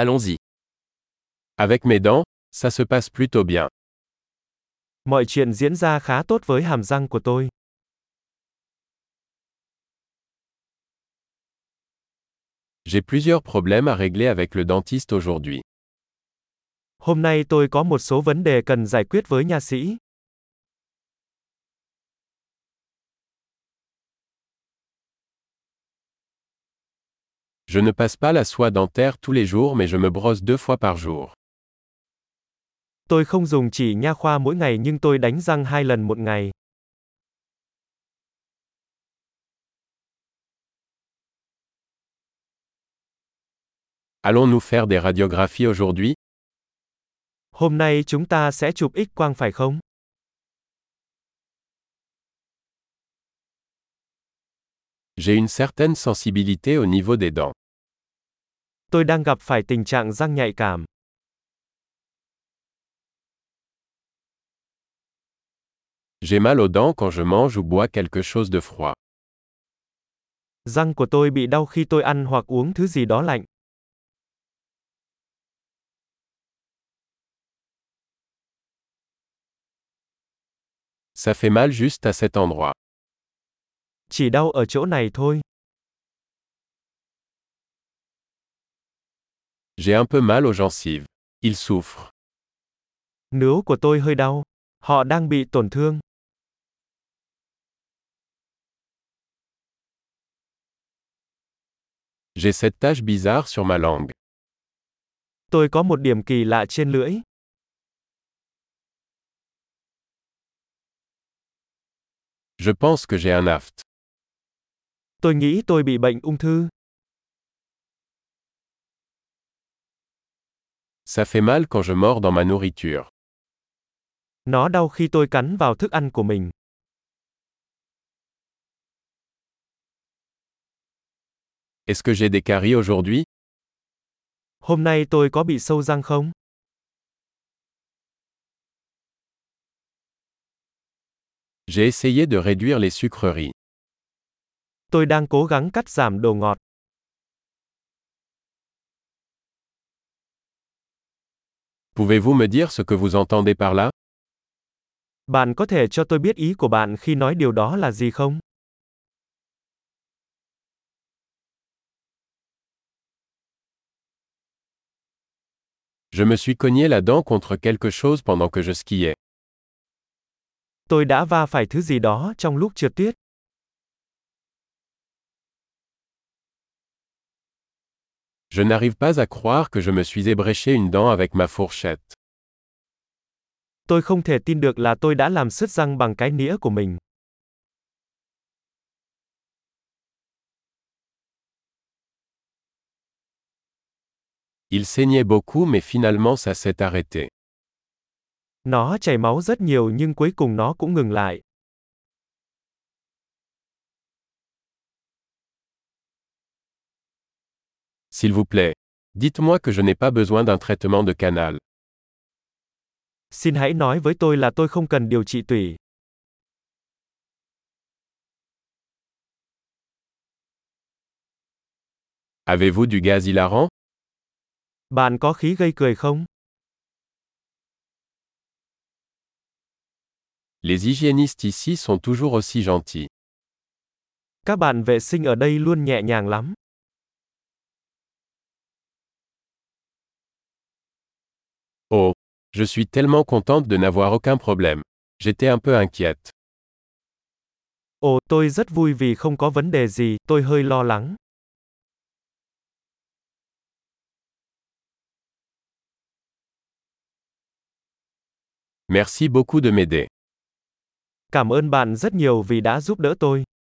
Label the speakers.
Speaker 1: Allons-y. Avec mes dents, ça se passe plutôt bien.
Speaker 2: Mọi chuyện diễn ra khá tốt với hàm răng của tôi.
Speaker 1: J'ai plusieurs problèmes à régler avec le dentiste aujourd'hui.
Speaker 2: Hôm nay tôi có một số vấn đề cần giải quyết với nha sĩ.
Speaker 1: Je ne passe pas la soie dentaire tous les jours mais je me brosse deux fois par jour.
Speaker 2: Tôi không dùng chỉ nha khoa mỗi ngày nhưng tôi đánh răng hai lần một ngày.
Speaker 1: Allons-nous faire des radiographies aujourd'hui
Speaker 2: Hôm nay chúng ta sẽ chụp X quang phải không?
Speaker 1: J'ai une certaine sensibilité au niveau des dents.
Speaker 2: Tôi đang gặp phải tình trạng răng nhạy cảm.
Speaker 1: J'ai mal aux dents quand je mange ou bois quelque chose de froid.
Speaker 2: Răng của tôi bị đau khi tôi ăn hoặc uống thứ gì đó lạnh.
Speaker 1: Ça fait mal juste à cet endroit.
Speaker 2: Chỉ đau ở chỗ này thôi.
Speaker 1: J'ai un peu mal aux gencives. Ils souffrent.
Speaker 2: Nướu của tôi hơi đau. Họ đang bị tổn thương.
Speaker 1: J'ai cette tache bizarre sur ma langue.
Speaker 2: Tôi có một điểm kỳ lạ trên lưỡi.
Speaker 1: Je pense que j'ai un aft.
Speaker 2: Tôi nghĩ tôi bị bệnh ung thư.
Speaker 1: Ça fait mal quand je mords dans ma nourriture.
Speaker 2: Nó đau khi tôi cắn vào thức ăn của mình.
Speaker 1: Est-ce que j'ai des caries aujourd'hui
Speaker 2: Hôm nay tôi có bị sâu răng không?
Speaker 1: J'ai essayé de réduire les sucreries.
Speaker 2: Tôi đang cố gắng cắt giảm đồ ngọt.
Speaker 1: Pouvez-vous me dire ce que vous entendez par là
Speaker 2: Bạn có thể cho tôi biết ý của bạn khi nói điều đó là gì không?
Speaker 1: Je me suis cogné la dent contre quelque chose pendant que je skiais.
Speaker 2: Tôi đã va phải thứ gì đó trong lúc trượt tuyết.
Speaker 1: Je n'arrive pas à croire que je me suis ébréché une dent avec ma fourchette.
Speaker 2: Tôi không thể tin được là tôi đã làm sứt răng bằng cái nĩa của mình.
Speaker 1: Il saignait beaucoup mais finalement ça s'est arrêté.
Speaker 2: Nó chảy máu rất nhiều nhưng cuối cùng nó cũng ngừng lại.
Speaker 1: S'il vous plaît, dites-moi que je n'ai pas besoin d'un traitement de canal.
Speaker 2: Xin hãy nói với tôi là tôi không cần điều trị tủy.
Speaker 1: Avez-vous du gaz hilarant
Speaker 2: Bạn có khí gây cười không?
Speaker 1: Les hygiénistes ici sont toujours aussi gentils.
Speaker 2: Các bạn vệ sinh ở đây luôn nhẹ nhàng lắm.
Speaker 1: Oh, je suis tellement contente de n'avoir aucun problème. J'étais un peu inquiète.
Speaker 2: Ồ, tôi rất vui vì không có vấn đề gì, tôi hơi lo lắng.
Speaker 1: Merci beaucoup de m'aider.
Speaker 2: Cảm ơn bạn rất nhiều vì đã giúp đỡ tôi.